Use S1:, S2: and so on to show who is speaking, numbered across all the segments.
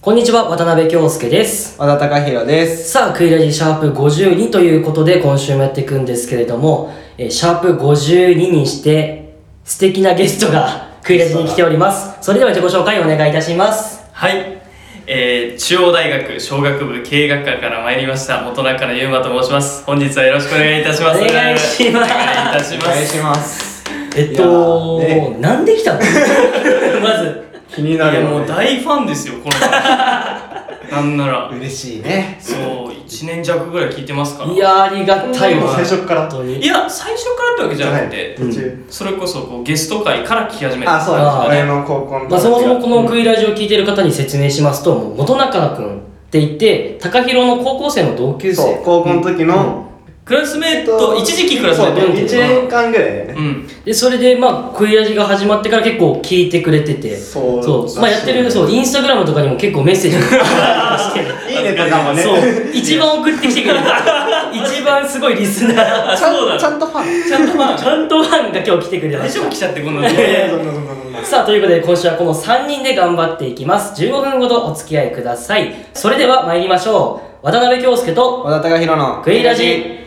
S1: こんにちは、渡辺京介です。
S2: 和田隆弘です。
S1: さあ、クイラジシャープ52ということで今週もやっていくんですけれども、えーシャープ52にして素敵なゲストがクイラジに来ております。それでは自己紹介お願いいたします。
S3: はい、えー、中央大学商学部経営学科から参りました元中野優馬と申します本日はよろしくお願いいたします
S1: お願いします
S3: お願いいたし
S2: お
S3: ま
S2: 願い
S3: す
S2: します。
S1: えっと、
S2: いやー
S1: なんで来 たのまず。
S2: 気に
S3: い
S2: な
S3: や
S2: る
S3: もう
S2: よ、ね。
S3: 大ファンですよこの方なんなら
S2: 嬉しいね。
S3: そう1年弱ぐらい聞いてますから
S1: いやー、ありがたい
S2: もう
S1: わ。
S2: 最初から
S1: 本当に。
S3: いや最初からってわけじゃなくて、
S2: 途
S1: う
S2: 中。
S3: それこそこうゲスト会から聞き始めた
S2: あ、そう
S1: あー
S2: です。俺の高校の時
S1: まあ、そもそもこのクイラジを聞いてる方に説明しますと、もう元中野くんって言って、高弘の高校生の同級生。
S2: そう、高校の時の、
S3: クラスメート、一時期クラスメ
S2: そう
S3: ートだった
S2: 1年間ぐらいだよね。
S3: うん
S1: でそれでまあクイラジが始まってから結構聞いてくれてて
S2: そう
S1: まあ、やってるそうインスタグラムとかにも結構メッセージをして
S2: いいねとかもね。
S1: そう一番送ってきてくれた一番すごいリスナー
S3: あ
S2: ちゃ
S3: そうだ
S2: んちゃんとファン。
S3: ちゃんとファン
S1: ちゃんとファンが今日来てくれま
S3: 大
S1: し
S3: 丈夫
S1: た
S3: 来ちゃってこんなの
S2: そんなそんなそんな
S1: さあということで今週はこの3人で頑張っていきます15分ほどお付き合いくださいそれでは参りましょう渡辺京介と
S2: 和田隆弘の
S1: クイラジ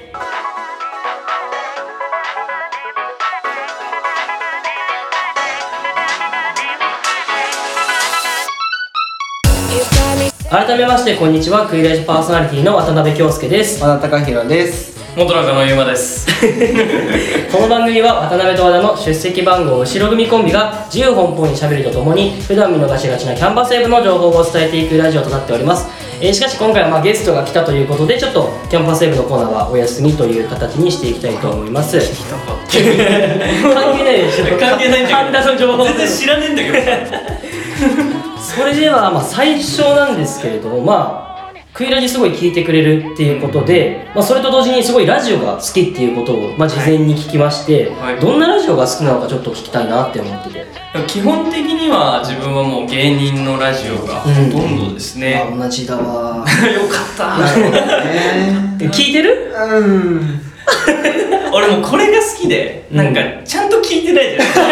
S1: 改めましてこんにちはクイラジパーソナリティの渡辺京介です
S2: 和田隆弘です。
S3: 元中野優馬です
S1: この番組は渡辺と和田の出席番号後ろ組コンビが自由奔放にしゃべるとともに普段見逃しがちなキャンバスウェブの情報を伝えていくラジオとなっております、えーしかし今回はまあゲストが来たということでちょっとキャンバスウェブのコーナーはお休みという形にしていきたいと思います関係ないでしょ
S3: 関係ないんだけど
S1: 神田の情報
S3: 全然知らねえんだけど
S1: それではまあ最初なんですけれどもまあクイラジすごい聞いてくれるっていうことで、まあ、それと同時にすごいラジオが好きっていうことを、まあ、事前に聞きまして、
S3: はい
S1: どんなラジオが好きなのかちょっと聞きたいなって思ってて、
S3: 基本的には自分はもう芸人のラジオがほとんどですね、
S1: あ同じだ わ
S3: よかった
S2: ね
S1: 聞いてる
S2: うん。
S3: 俺もうこれが好きで
S1: うん
S3: なんかちゃんと聞いてないじゃん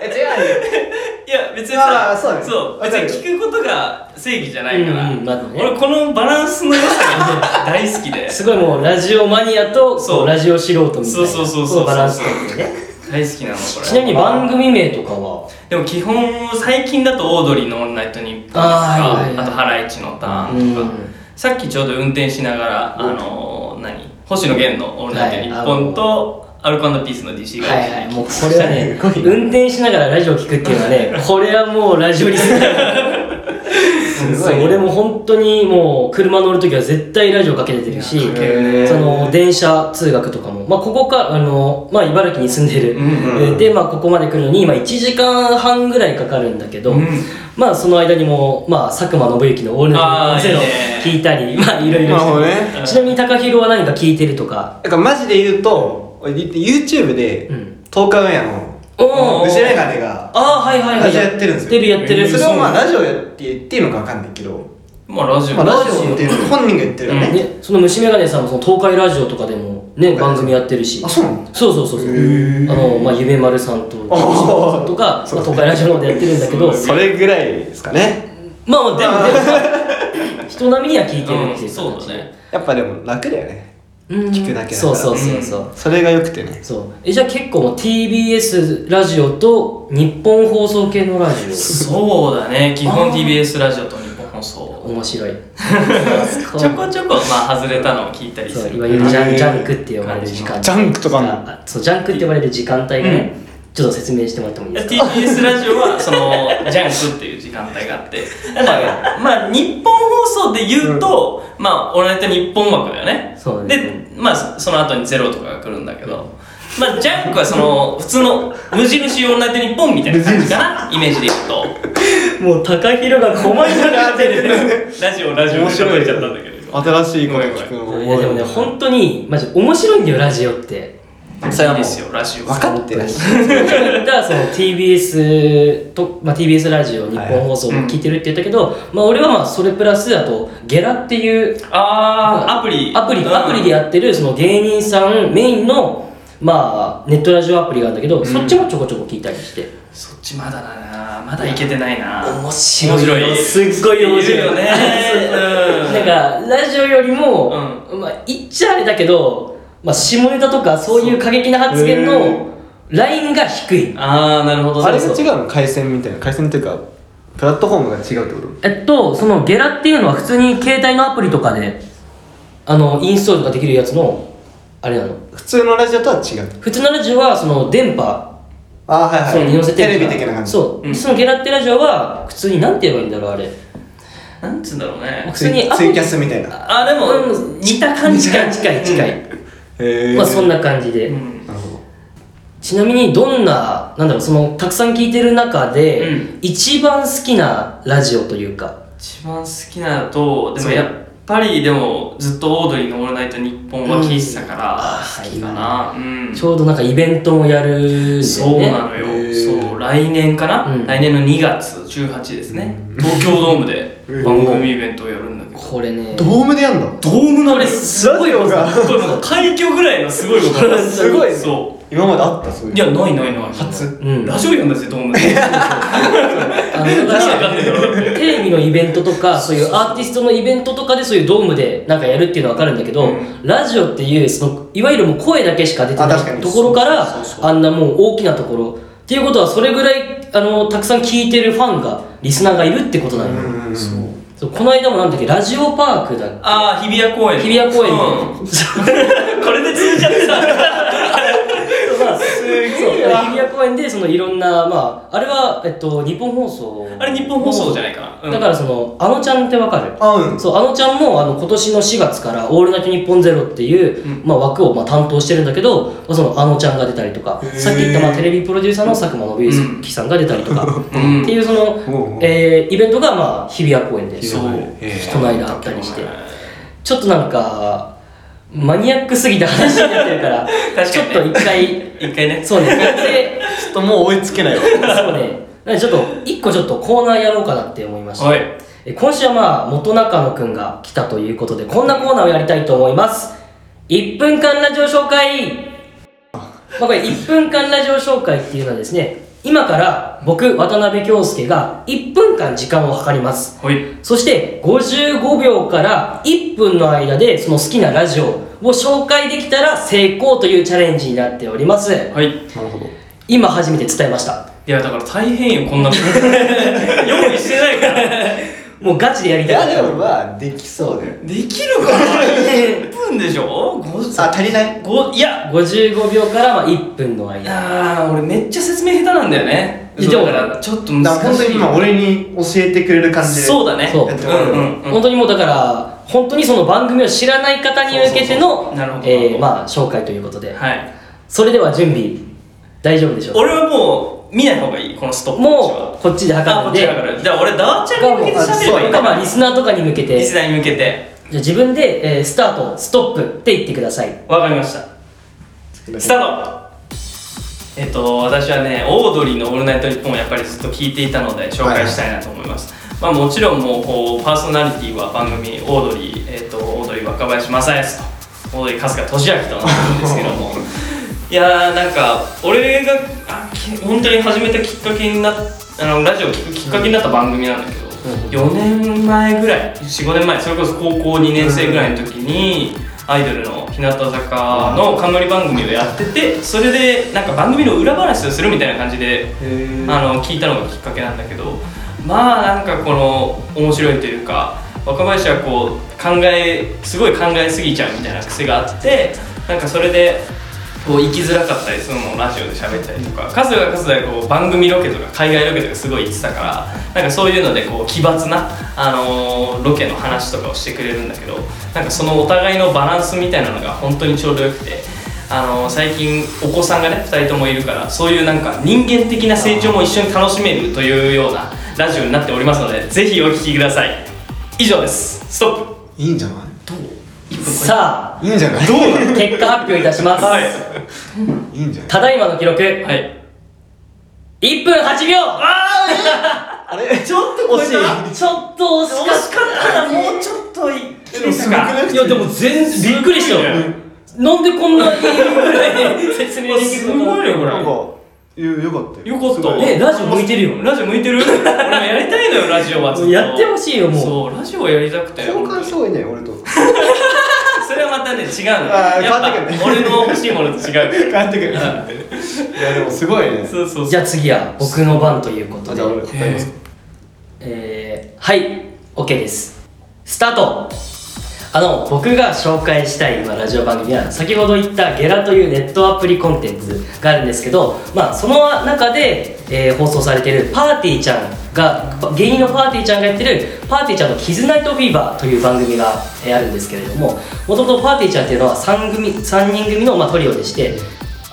S2: え、違うよ。
S3: いや別に
S2: ま
S3: さ
S2: あそうねわ
S3: 別
S2: かるよ
S3: に聞くことが正義じゃないから、
S1: うんうんまあね
S3: 俺このバランスの良さが大好き です
S1: ごいもうラジオマニアと
S3: そう
S1: こうラジオ素人みたいな
S3: そうそうそうそう
S1: こバランス取ってね
S3: 大好きなの
S1: ち
S3: こ
S1: なみ
S3: れ
S1: に番組名とかは
S3: でも基本最近だとオードリーの「オールナイトニッポン」と
S1: あー
S3: か
S1: はいはいはい
S3: あと「ハライチのターン」とか、さっきちょうど運転しながら、あのー、何星野源の「オールナイトニッポン」と、アルコピースの DC が、
S1: はいはいもうこれはね運転しながらラジオ聞くっていうのはねこれはもうラジオリスナー
S2: す
S1: そう俺も本当にもう車乗るときは絶対ラジオかけてるし
S3: いやかける
S2: ね
S1: その電車通学とかも、まあ、ここかあの、まあ、茨城に住んでる、
S3: うん
S2: うん
S1: で、まあ、ここまで来るのに今1時間半ぐらいかかるんだけど、
S3: うん
S1: まあその間にも、まあ、佐久間信之の「オールナイトニッポンゼ
S3: あ
S1: ロ
S3: ーいいね
S1: 聞いたりまあいろいろ
S2: なるほど
S1: して、
S2: ね
S1: ちなみに高弘は何か聞いてるとか
S2: だからマジで言うと、俺 YouTube で
S1: うん、
S2: 10日前の、
S1: お
S3: お
S1: ー
S3: ー
S2: 牛メガネが、
S1: ああはいはいは
S2: ラ
S1: い
S2: ジオやってるんです
S1: やって
S2: よ
S1: るやってる
S2: それをまあラジオやって言っていいのかわかんないけど、
S3: まあラジオ、
S2: まあ、ラジオっていうのは本人が言ってるよね、
S1: ね、その虫眼鏡さんもその東海ラジオとかでもね番組やってるし
S2: あそうなの
S1: そうそうそうそう
S2: へー
S1: あの、まあ、夢丸さんと
S2: あー
S1: とか、まあ、東海ラジオの方でやってるんだけど
S2: それぐらいですかね
S1: まあまあでもでもさ人並みには聞いてるっていううん
S3: そうだね
S2: やっぱでも楽だよね
S1: うん
S2: 聞くだけだから
S1: そうそうそうそう
S2: それが良くてね
S1: そうえじゃあ結構もう TBS ラジオと日本放送系のラ ジ
S3: そうだね基本 TBS ラジオと日本放
S1: オ
S3: 送
S1: 面白い
S3: ちょこちょこまあ外れたのを聞いたり
S1: そ
S3: す
S1: うい
S3: る
S1: わゆるジャンジャンクって呼ばれる時間帯
S2: ジャンクとかも
S1: あそうジャンクって呼ばれる時間帯がね、ちょっと説明してもらって もいいですか
S3: TBS ラジオは そのジャンクっていう時間帯があってまあ、まあ、日本放送で言うと、まあ俺と日本枠だよね
S1: そうだね
S3: でまあそその後に「ゼロとかが来るんだけど、まあジャンクは その普通の無印オンライト日本みたいな感じかなイメージで言う と
S1: もう高弘が困りながら出る
S3: ラジオラジオ
S2: 面白い
S3: でちゃったんだけど今
S2: 新しいこと聞くの
S1: いやでもね本当にマジ面白いんだよラジオって
S2: それはいも
S3: いうですよラジオ
S2: 分かってらっしゃる
S1: さっき言ったその TBS と、まあ、TBS ラジオ日本放送を聞いてるって言ったけど、まあ、俺はまあそれプラスあとゲラっていう
S3: ああアプリ
S1: アプリ
S3: うん
S1: アプリでやってるその芸人さんメインの、まあネットラジオアプリがあるんだけど、そっちもちょこちょこ聞いたりして
S3: そっちまだだなまだいけてないな
S1: 面白い
S3: 面白い
S1: すっごい面白い
S3: いるよね
S1: なんかラジオよりも、まあ言っちゃあれだけど、まあ、下ネタとかそういう過激な発言
S2: そうへー
S1: のラインが低い
S3: ああなるほど
S2: あれが
S3: そうそう
S2: 違うの回線みたいな回線っていうかプラットフォームが違うってこ
S1: えっとそのゲラっていうのは普通に携帯のアプリとかであのインストールとかできるやつのあれなの
S2: と普通のラジオとは違う
S1: 普通のラジオはその電波
S2: ああはい
S1: その
S2: はい
S1: に乗せてる
S2: テレ
S1: から
S2: ビ的な感じ
S1: そう、
S3: うん
S1: そのゲラってラジオは普通になんて言えばいいんだろうあれ
S3: なんつうんだろうね
S1: 普
S2: ツ
S1: 通に
S2: イ
S1: アプ
S2: ツ
S1: リ
S2: イキャスみたいな
S3: あでも似た感じ
S1: 近
S3: か
S1: い近い近い、
S2: へえ
S1: まあそんな感じで、
S3: うん
S2: なるほど
S1: ちなみにどんななんだろうそのたくさん聞いてる中で、
S3: うん
S1: 一番好きなラジオというか
S3: 一番好きなのとで
S1: そ
S3: も
S1: う
S3: やっぱりでもずっとオードリーの「オールナイトニッポン」は聞いてたから
S1: あー
S3: 好きかなうん
S1: ちょうどなんかイベントもやるんだよね
S3: そうなの
S2: へ
S3: よ
S2: ー
S3: そう来年かな
S1: うん
S3: 来年の2月18ですね東京ドームで
S2: うん
S3: 番組イベントをやるんだけど
S1: これね
S2: ドームでやんの
S3: ドームのあれ
S2: すごいよ
S3: これもう快挙ぐらいのすごいこと
S2: すごいね
S3: そ
S2: 今まであったそう
S3: う
S2: いう
S3: いやないないない
S2: 初
S1: うん
S3: ラジオやんだぜドームで
S1: あの
S3: 意味わかんねえだろだって
S1: テレビのイベントとかそういうアーティストのイベントとかでそういうドームでなんかやるっていうのは分かるんだけど、
S3: うん
S1: ラジオっていうそのいわゆるもう声だけしか出て
S2: あ確か
S1: ない
S2: に
S1: ところから
S2: そうそうそう
S1: あんなもう大きなところっていうことはそれぐらいあのたくさん聞いてるファンがリスナーがいるってことなのよ、
S2: うんそう
S1: そうこの間もなんだっけラジオパークだっ
S3: ああ日比谷公園
S1: け日比谷公園
S3: うん
S1: で、そう
S3: これで通じちゃってた
S1: まあそう日比谷公園でそのいろんな、まあ、あれは、えっと、日本放送
S3: あれ日本放送じゃないかなうん
S1: だからそのあのちゃんってわかる
S2: あうん
S1: そうあのちゃんもあの今年の4月から「オールナイトニッポンゼロっていう、
S3: うん
S1: まあ、枠をまあ担当してるんだけど、まあそのあのちゃんが出たりとか
S2: へー
S1: さっき言ったまあテレビプロデューサーの佐久間信之さんが出たりとか、
S3: うん
S1: っていうそ
S2: うん
S1: の、えーイベントがまあ日比谷公園で
S3: そう
S2: へー
S1: 人前であったりしてちょっとなんかマニアックすぎた話になってるから
S3: 確
S1: ちょっ
S3: か
S1: と
S3: に
S1: 一
S3: ね
S1: 回
S3: 一回ね
S1: そうねこれで
S2: ちょっともう追いつけないわ
S1: そうねなんでちょっと一個ちょっとコーナーやろうかなって思いました
S3: はい
S1: え今週はまあ元中野くんが来たということでこんなコーナーをやりたいと思います1分間ラジオ紹介まあこれ1分間ラジオ紹介っていうのはですね今から僕渡辺京介が1分間時間を計ります
S3: はい
S1: そして55秒から1分の間でその好きなラジオを紹介できたら成功というチャレンジになっております
S3: はい
S2: なるほど
S1: 今初めて伝えました
S3: いやだから大変よこんなの用意してないから
S1: もうガチでやり
S2: い
S1: た
S2: や
S1: い
S2: でもまあできそうだよ
S3: できるかな1分でしょご
S2: あ足りない
S3: ごいや
S1: 55秒からまあ1分の間
S3: あー俺めっちゃ説明下手なんだよね
S1: いやでも
S3: だからちょっと
S2: だ
S3: 難
S2: から本
S3: し
S2: 当
S3: い
S2: に今俺に教えてくれる感じで
S3: そうだね
S1: そう
S3: うんうんうん
S1: 本当にもうだから本当にその番組を知らない方に向けて
S3: そうそうそ
S1: の
S3: うなるほどなる
S1: え
S3: ほ
S1: ー
S3: ど
S1: まあ紹介ということで
S3: はい
S1: それでは準備大丈夫でしょうか
S3: 俺はもう見ない方がいいこのストップウォッチは
S1: もうこっちで
S3: あ
S1: 測る
S3: こ
S1: ん
S3: っち
S1: で
S3: だからじゃあ俺ダーちゃんに向けて喋ればいい
S1: まあ
S3: か
S1: まあ
S3: な
S1: リスナーとかに向けて
S3: リ
S1: じ
S3: ス
S1: ゃ
S3: ナーに向けて
S1: あ自分で、えースタートストップって言ってください
S3: わかりましたスタートえっと私はねオードリーの「オールナイトニッポン」をやっぱりずっと聞いていたので紹介したいなと思います、まあもちろんもうこうパーソナリティは番組オードリー、えっとオードリー若林正康とオードリー春日俊明となんですけど もいやーなんか俺があき本当に始めたきっかけになっあのラジオを聞くきっかけになった番組なんだけど、4年前ぐらい45年前それこそ高校2年生ぐらいの時に、アイドルの日向坂の冠番組をやっててそれでなんか番組の裏話をするみたいな感じであの聞いたのがきっかけなんだけどまあなんかこの面白いというか若林はこう考えすごい考えすぎちゃうみたいな癖があってなんかそれでこう行きづらかったりするのをラジオで喋ったりとか数が数がこう番組ロケとか海外ロケとかすごい行ってたからなんかそういうのでこう奇抜な、あのーロケの話とかをしてくれるんだけどなんかそのお互いのバランスみたいなのが本当にちょうどよくて。あの最近お子さんがね2人ともいるからそういうなんか人間的な成長も一緒に楽しめるというようなラジオになっておりますのでぜひお聞きください以上ですストップ
S2: いいんじゃな
S3: どう
S1: さあ
S2: いいいんじゃない
S3: どうなの
S1: 結果発表いたします、
S3: はい
S2: いいんじゃない
S1: ただいまの記録
S3: はい
S1: 1分8秒
S2: あれ
S3: ちょっと
S2: 惜しい
S1: ちょっと惜しかっ
S3: 惜しかったらもうちょっとい
S2: でもすごくな
S3: か
S2: く
S1: た
S2: て
S1: いやでも全然びっくりしたよなんでこんなにぐらいで説明でき
S3: す
S1: るのか
S3: ごいよこれ
S2: なんかよよかったよ
S3: よかった
S1: えラジオ向いてるよ
S3: ラジオ向 いてる俺もやりたいのよラジオはずっと
S1: やってほしいよもう
S3: そうラジオやりたくて
S2: 交換した方がいいんじゃない俺と
S3: それはまたね違うの
S2: あー
S3: やっぱ
S2: 変わってくる
S3: 俺の欲しいものと違う
S2: 帰ってくるいやでもすごいね
S3: そうそうそう
S1: じゃあ次は僕の番ということ
S2: あ
S1: で
S2: じゃあ俺答えますか
S1: えー、はい OK ですスタートあの僕が紹介したい今ラジオ番組は先ほど言ったゲラというネットアプリコンテンツがあるんですけど、まあ、その中で、えー放送されてるパーティーちゃんがパ芸人のパーティーちゃんがやってる「パーティーちゃんのキズナイトフィーバー」という番組が、えーあるんですけれどももともとパーティーちゃんっていうのは 3, 組3人組の、まあ、トリオでして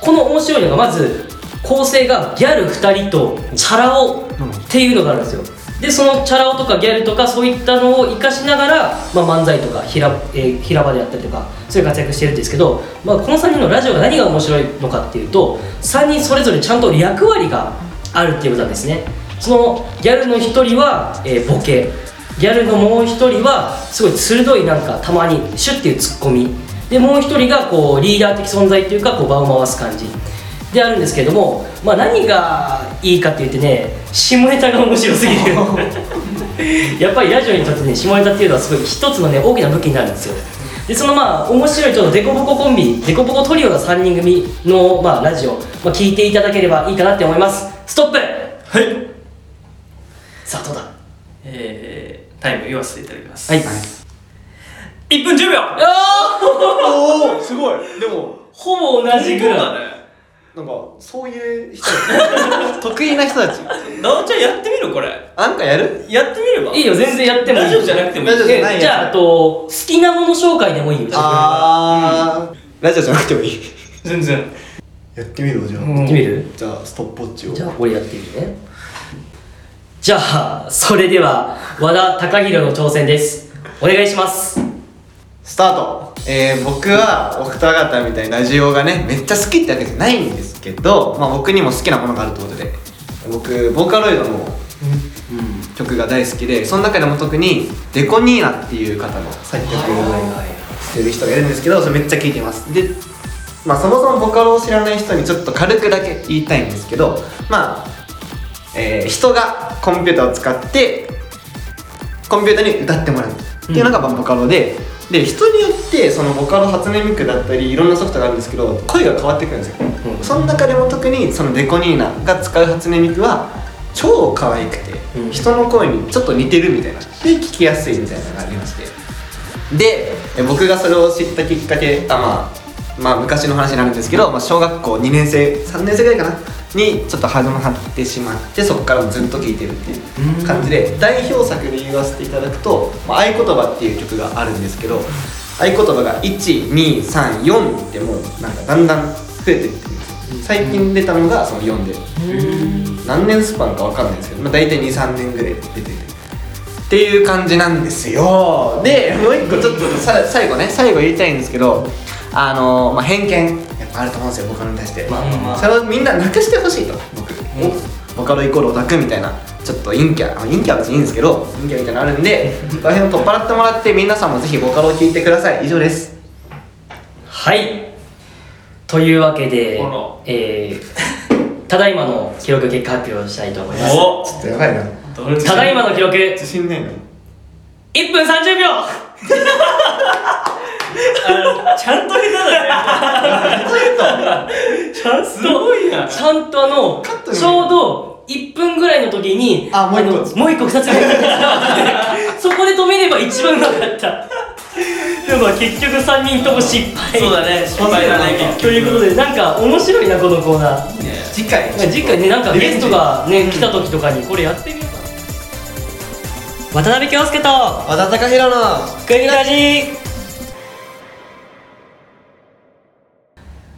S1: この面白いのがまず構成がギャル2人とチャラ男っていうのがあるんですよでそのチャラ男とかギャルとかそういったのを活かしながら、まあ、漫才とか平,、えー平場でやったりとかそういう活躍してるんですけど、まあ、この3人のラジオが何が面白いのかっていうと3人それぞれちゃんと役割があるっていうことなんですねそのギャルの1人は、えーボケギャルのもう1人はすごい鋭いなんかたまにシュッていうツッコミでもう1人がこうリーダー的存在っていうかこう場を回す感じであるんですけども、まあ、何がいいかって言ってね下ネタが面白すぎる やっぱりラジオにとってね下ネタっていうのはすごい一つのね大きな武器になるんですよでそのまあ面白いちょっとデコボココンビデコボコトリオの3人組の、まあ、ラジオ、まあ、聞いていただければいいかなって思いますストップ
S3: はい
S1: さあどうだ
S3: えー、タイム言わせていただきます、
S1: はい
S3: 1分10秒
S2: おおすごいでも
S1: ほぼ同じぐらい
S2: なんかそういう人 得意な人たち
S3: ねなおちゃんやってみるこれ
S2: あなんかやる
S3: やってみれば
S1: いいよ全然やってもいい
S3: ラジオじゃなくてもいい
S2: ラジオじゃないやつ
S1: じゃああと好きなもの紹介でもいいよ
S2: ああラジオじゃなくてもいい
S3: 全然
S2: やってみるじゃあ
S1: やってみる
S2: じゃあストップウォッチを
S1: じゃあこれやってみるねじゃあそれでは和田貴弘の挑戦ですお願いします
S2: スタート、えー僕はお二方みたいにラジオがねめっちゃ好きってわけじゃないんですけど、まあ、僕にも好きなものがあるってことで僕ボーカロイドの曲が大好きでその中でも特にデコニーナっていう方の作曲をしてる人がいるんですけどそれめっちゃ聴いてますで、まあ、そもそもボカロを知らない人にちょっと軽くだけ言いたいんですけどまあ、えー人がコンピューターを使ってコンピューターに歌ってもらうっていうのがまあボカロで、で人によってそのボカロ初音ミクだったりいろんなソフトがあるんですけど声が変わってくるんですよ、
S1: うん
S2: その中でも特にそのデコニーナが使う初音ミクは超可愛くて、
S1: うん
S2: 人の声にちょっと似てるみたいなで聞きやすいみたいなのがありましてでえ僕がそれを知ったきっかけあまあまあ昔の話になるんですけど、まあ、小学校2年生3年生ぐらいかなにちょっと始まってしまってそこからずっと聴いてるっていう感じで代表作で言わせていただくと「まあ、合言葉」っていう曲があるんですけど合言葉が1234ってもうなんかだんだん増えていってるんですよ最近出たのがその4で何年スパンか分かんないんですけど、まあ、大体23年ぐらい出ててっていう感じなんですよでもう一個ちょっとさ最後ね最後言いたいんですけどあの、まあ、偏見やっぱあると思うんですよボカロに対して、
S1: まあまあまあ
S2: それをみんななくしてほしいと僕、ボカロイコールオタクみたいなちょっと陰キャあ陰キャは別にいいんですけど陰キャみたいなのあるん でそこら辺を取っ払ってもらって皆さんもぜひボカロを聴いてください以上です
S1: はいというわけで
S3: あら、
S1: えー、ただいまの記録結果発表をしたいと思います
S3: お
S2: ょっとやばいな
S3: どれ
S1: ただいまの記録1
S2: 信ないの
S1: 分30秒
S3: あちゃんと下手だねちゃんとすごいな
S1: ちゃんとあの
S2: カットでもいい
S1: ちょうど1分ぐらいの時に
S2: あもう一個
S1: あのもう一個2つ目そこで止めれば一番うまかったでもまあ結局3人とも失敗
S3: そうだね失敗だね
S1: と
S3: 結局
S1: いうことでなんか面白いなこのコーナー
S3: ね
S2: 次回
S1: 次回ねなんかゲストがね来た時とかにこれやってみようかな渡辺京介と
S2: 和田貴弘の
S1: クイラジ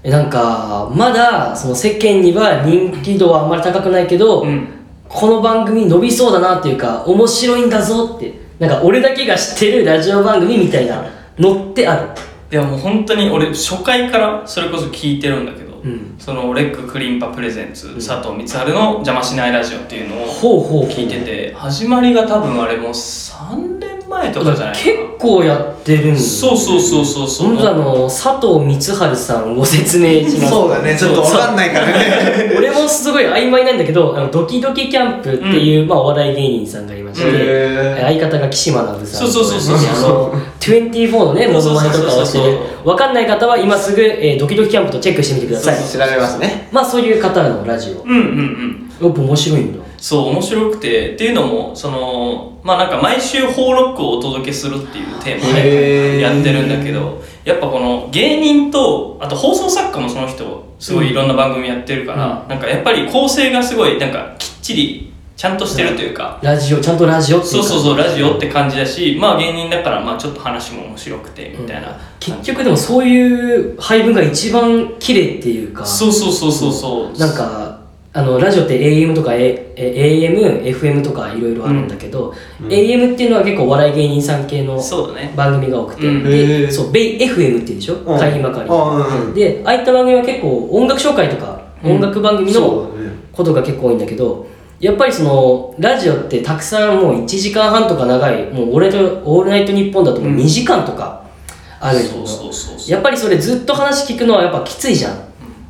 S1: えなんかまだその世間には人気度はあんまり高くないけど、
S3: うん
S1: この番組伸びそうだなっていうか面白いんだぞってなんか俺だけが知ってるラジオ番組みたいなのってある
S3: でももう本当に俺初回からそれこそ聞いてるんだけど、
S1: うん
S3: そのレッククリンパプレゼンツ、佐藤光晴の「邪魔しないラジオ」っていうのを
S1: ほうほう
S3: 聞いてて始まりが多分あれもう3年前とかじゃないか
S1: 結構やってるん
S3: なそうそうそうそうそ
S1: 本
S3: う
S1: 当あの佐藤光晴さんを説明します
S2: そうだねちょっとわかんないから ね
S1: 俺もすごい曖昧なんだけどあのドキドキキャンプっていう、まあ、お笑い芸人さんがいまして、
S2: へー
S1: 相方が岸学さん
S3: そうそうそうそう
S1: あの24のねモノマネとかをして
S3: そうそうそう
S1: るわかんない方は今すぐ、えードキドキキャンプとチェックしてみてください
S3: そうそう
S2: 調べますね
S1: まあそういう方のラジオやっ
S3: うんうんうん
S1: ぱ面白いんだ
S3: そう面白くてっていうのもそのまあなんか毎週「放ロック」をお届けするっていうテーマ
S2: へ
S3: で
S2: ー
S3: やってるんだけどやっぱこの芸人とあと放送作家もその人すごいいろんな番組やってるから、なんかやっぱり構成がすごいなんかきっちりちゃんとしてるというか、
S1: ラジオちゃんとラジオってい
S3: そうう
S1: か
S3: そうそうラジオって感じだしまあ芸人だからまあちょっと話も面白くてみたいな、
S1: 結局でもそういう配分が一番綺麗っていうか
S3: そうそうそうそうそう
S1: なんかあのラジオって AM とか、A、AMFM とかいろいろあるんだけど、AM っていうのは結構お笑い芸人さん系の
S3: そうだね
S1: 番組が多くて、
S3: うん
S2: へ
S1: で
S2: ー
S1: そうベイ FM っていうでしょ
S2: うん
S1: 会費まかり、
S2: うんうん
S1: でああいった番組は結構音楽紹介とか、音楽番組の
S2: そうだね
S1: ことが結構多いんだけどやっぱりそのラジオってたくさんもう1時間半とか長いもう俺と「オールナイトニッポン」だともう2時間とかある
S3: そうそうそうそう
S1: やっぱりそれずっと話聞くのはやっぱきついじゃん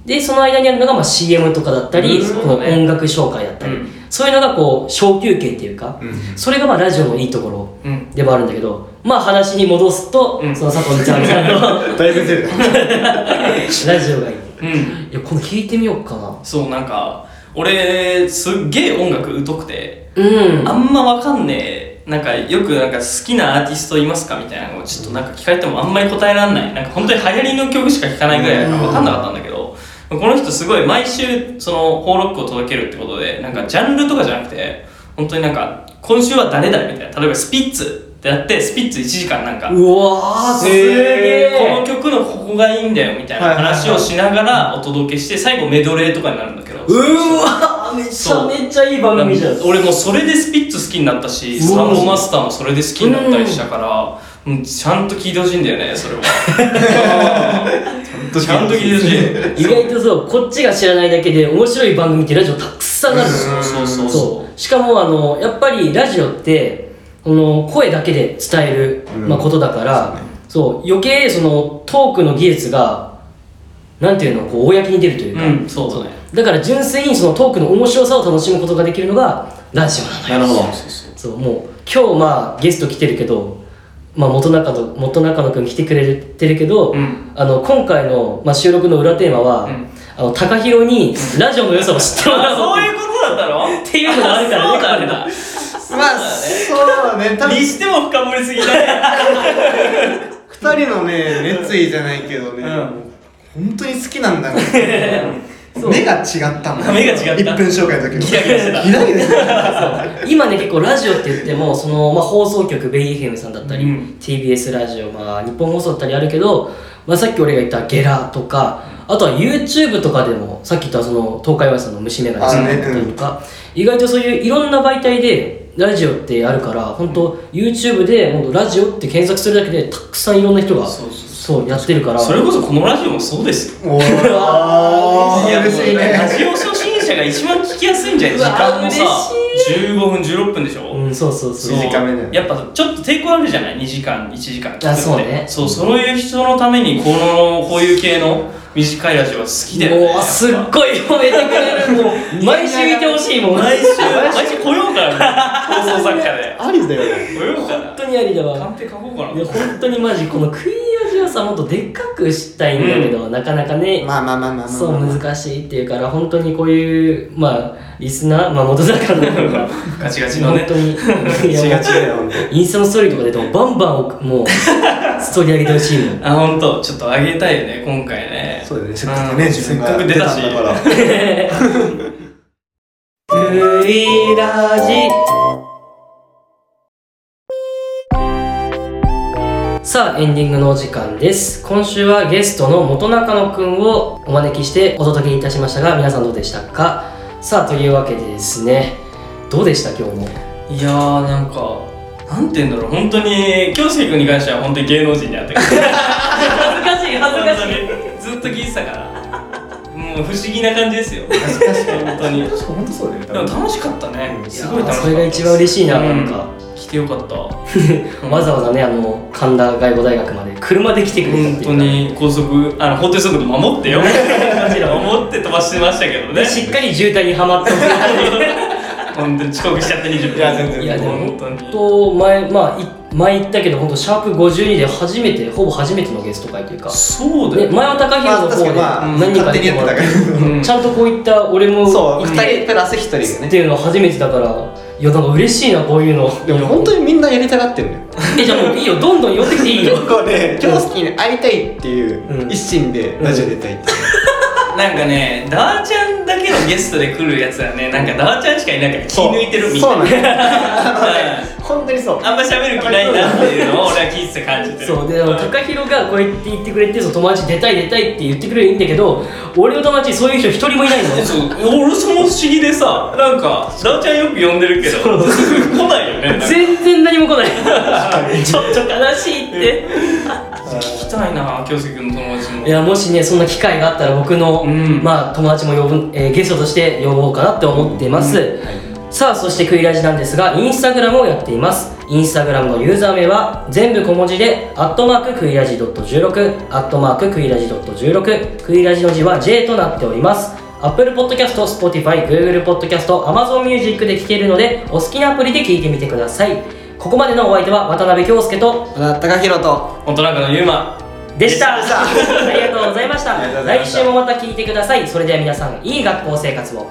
S1: でその間にあるのがまあ CM とかだったり、
S3: うん
S1: この音楽紹介だったり、
S3: うん
S1: そういうのがこう小休憩っていうか、
S2: うん
S1: それがまあラジオのいいところ
S3: うん
S1: でもあるんだけどまあ話に戻すと、
S3: うん
S1: その佐藤光晴さん の
S2: だいぶ出る
S1: ラジオがいい
S3: うん
S1: いやこの聞いてみようかな
S3: そうなんか俺すっげえ音楽疎くて
S1: うん
S3: あんまわかんねえなんかよくなんか好きなアーティストいますかみたいなのをちょっとなんか聞かれてもあんまり答えられないなんか本当に流行りの曲しか聞かないぐらいだからわかんなかったんだけどこの人すごい毎週その「放ロック」を届けるってことでなんかジャンルとかじゃなくて本当になんか今週は誰だみたいな例えばスピッツってやってスピッツ1時間なんか
S1: うわーすげえ
S3: この曲のここがいいんだよみたいな話をしながらお届けして最後メドレーとかになるんだけど
S1: うわーめちゃめちゃいい番組じゃん
S3: 俺もうそれでスピッツ好きになったし
S1: う
S3: サ
S1: わ
S3: ンボマスターもそれで好きになったりしたから、うんちゃんと聴いてほしいんだよねそれはちゃんと聴いてほ
S1: 意
S3: しい
S1: 外とそうこっちが知らないだけで面白い番組ってラジオたくさんあるの
S3: そうそうそうそ
S1: そうしかもあのやっぱりラジオってこの声だけで伝える、
S2: うん
S1: まあ、ことだからそう,、余計そのトークの技術がなんていうのこう公に出るといううか、
S3: うんそうだね
S1: だから純粋にそのトークの面白さを楽しむことができるのがラジオなのよ
S2: なるほど
S1: そうもう今日まあゲスト来てるけど、まあ、元中と元中野君来てくれてるけど、
S3: うん
S1: あの今回の、まあ、収録の裏テーマは、
S3: ん
S1: あの高弘にラジオの良さを知ってもらお
S3: そうういうことだったろ
S1: っていうのがあるからね
S3: そうな
S2: ま
S3: んだ
S2: あそうだね多分
S3: にしても深掘りすぎだね
S2: 二人のね熱意じゃないけどね、本当に好きなんだね
S1: そう
S2: 目が違ったもん
S3: 目が違った
S2: 1分紹介の時も
S3: ギラギラしてた
S2: ギラギラしてた
S1: 今ね結構ラジオって言ってもその、まあ、放送局ベイ FM さんだったり、
S3: うん
S1: TBS ラジオ、まあ、日本放送だったりあるけど、まあ、さっき俺が言ったゲラとかあとは YouTube とかでもさっき言ったその東海オンエアさんの虫眼鏡さんだったりとか、意外とそういういろんな媒体でラジオってあるから本当 YouTube で本当ラジオって検索するだけでたくさんいろんな人が
S3: そうそう
S1: そうやってるから
S3: それこそこのラジオもそうですよ
S2: おー
S1: いや
S2: 嬉しい
S3: ラ
S2: ね
S3: ジオ初心者が一番聞きやすいんじゃないう時
S1: わ
S3: 間もさ
S1: 嬉
S3: 15分16分でしょ、
S1: うん、そうそうそう
S2: 短めだよね
S3: やっぱちょっと抵抗あるじゃない2時間1時間聞くの
S1: あ
S3: って
S1: そうね
S3: そうそういう人のためにこのこういう系の短いラジオは好きだよね
S1: もうすっ
S3: やっぱ
S1: ごい褒めてくれるもう毎週いてほしいもん
S3: 毎週毎週来ようかな放送作家で
S2: ありだよね
S3: 来ようか
S1: 本
S3: な
S1: 当にありだわ
S3: カンペ書こうか
S1: いや
S3: な
S1: 本当にマジこの食い味をさもっとでっかくしたいんだけど、なかなかね、
S2: まあまあまあまあまあまあ
S1: そう難しいっていうから本当にこういうまあリスナーまあ元坂の方が
S3: ガチガチの
S1: 本
S3: ね
S1: 当にい
S2: 違う
S1: やも
S2: 違うよ本当
S1: うインスタのストーリーとか出てもバンバンもうストーリー上げてほしいもん
S3: あ本当ちょっと上げたいよね今回ね
S2: そうだよねせっかくね
S3: うん
S2: 自分
S3: せっ
S2: が
S3: かく出たし
S2: んだから
S1: 食いラジ さあエンディングのお時間です今週はゲストの元中野くんをお招きしてお届けいたしましたが皆さんどうでしたかさあというわけでですねどうでした今日も
S3: いやーなんかなんて言うんだろう本当に京介君に関しては本当に芸能人に会ってくる
S1: 恥ずかしい 恥
S3: 本当にずっと聞いてたからもう不思議な感じですよ本当に
S2: 確か本当そうだよね
S3: でも楽しかったね。すごい楽しかった。
S1: それが一番嬉しいななんか、
S3: うん。来てよかった本
S1: わざわざねあの神田外語大学まで車で来てくれたっていうか
S3: 当に高速あの法定速度守 ってよ守って飛ばしてましたけどね
S1: でしっかり渋滞にはまった
S3: 本当に遅刻しちゃって20分
S2: いや全然
S1: いやでも
S3: 本当に
S1: と前まあい前言ったけど本当シャープ52で初めてほぼ初めてのゲスト会というか、
S3: そうだ
S1: ね、
S3: よ、
S1: 前は高弘の方で
S2: まあ確かにまあ
S1: 何人か出てもらっ
S2: 勝手にやって
S3: たからう
S1: て
S3: ん
S1: ちゃんとこういった俺も
S2: そう、
S1: 行
S2: 二
S1: きたい
S2: 人プラス一人が
S1: っ
S2: ね
S1: ていうのは初めてだからいやなんか嬉しいなこういうの
S2: でも本当にみんなやりたがってるのよ
S1: えじゃあもういいよどんどん呼んできていいよ
S2: 結構ね、京介に会いたいっていう
S1: うん
S2: 一心でラジオ出たいって
S3: なんかねダーちゃんだけのゲストで来るやつはねなんかダーちゃんしかいないから気
S2: そう
S3: 抜いてるみ
S2: そ
S3: た
S2: う
S3: い
S2: なん
S3: な
S2: だよあのね本当にそう
S3: あんま喋る気ないなっていうのを俺は聞いてて感じてる
S1: そうであの高弘がこうやって言ってくれてその友達出たい出たいって言ってくれるいいんだけど俺の友達にそういう人一人もいない の
S3: そう俺その不思議でさなんかダーちゃんよく呼んでるけど
S1: そう
S3: 来ないよねなんか
S1: 全然何も来ない ちょっと悲しいって
S3: 聞きたいな京介君の友達も
S1: いやもしねそんな機会があったら僕の、
S3: うん
S1: まあ、友達も呼ぶ、えーゲストとして呼ぼうかなって思っています、さあそしてクイラジなんですがインスタグラムをやっていますインスタグラムのユーザー名は全部小文字で「アットマーククイラジ .16」「アットマーククイラジ .16」クイラジの字は J となっております Apple Podcast、Spotify、Google Podcast、Amazon Music で聴けるのでお好きなアプリで聴いてみてくださいここまでのお相手は渡辺京介と
S2: あ高弘と
S3: 本当なんかのユーマ
S1: でした。
S2: でした
S1: ありがとうございまし
S2: ありがとう
S1: た。
S2: ござい
S1: 来
S2: ました
S1: 週もまた聞いてください。それでは皆さん、いい学校生活を。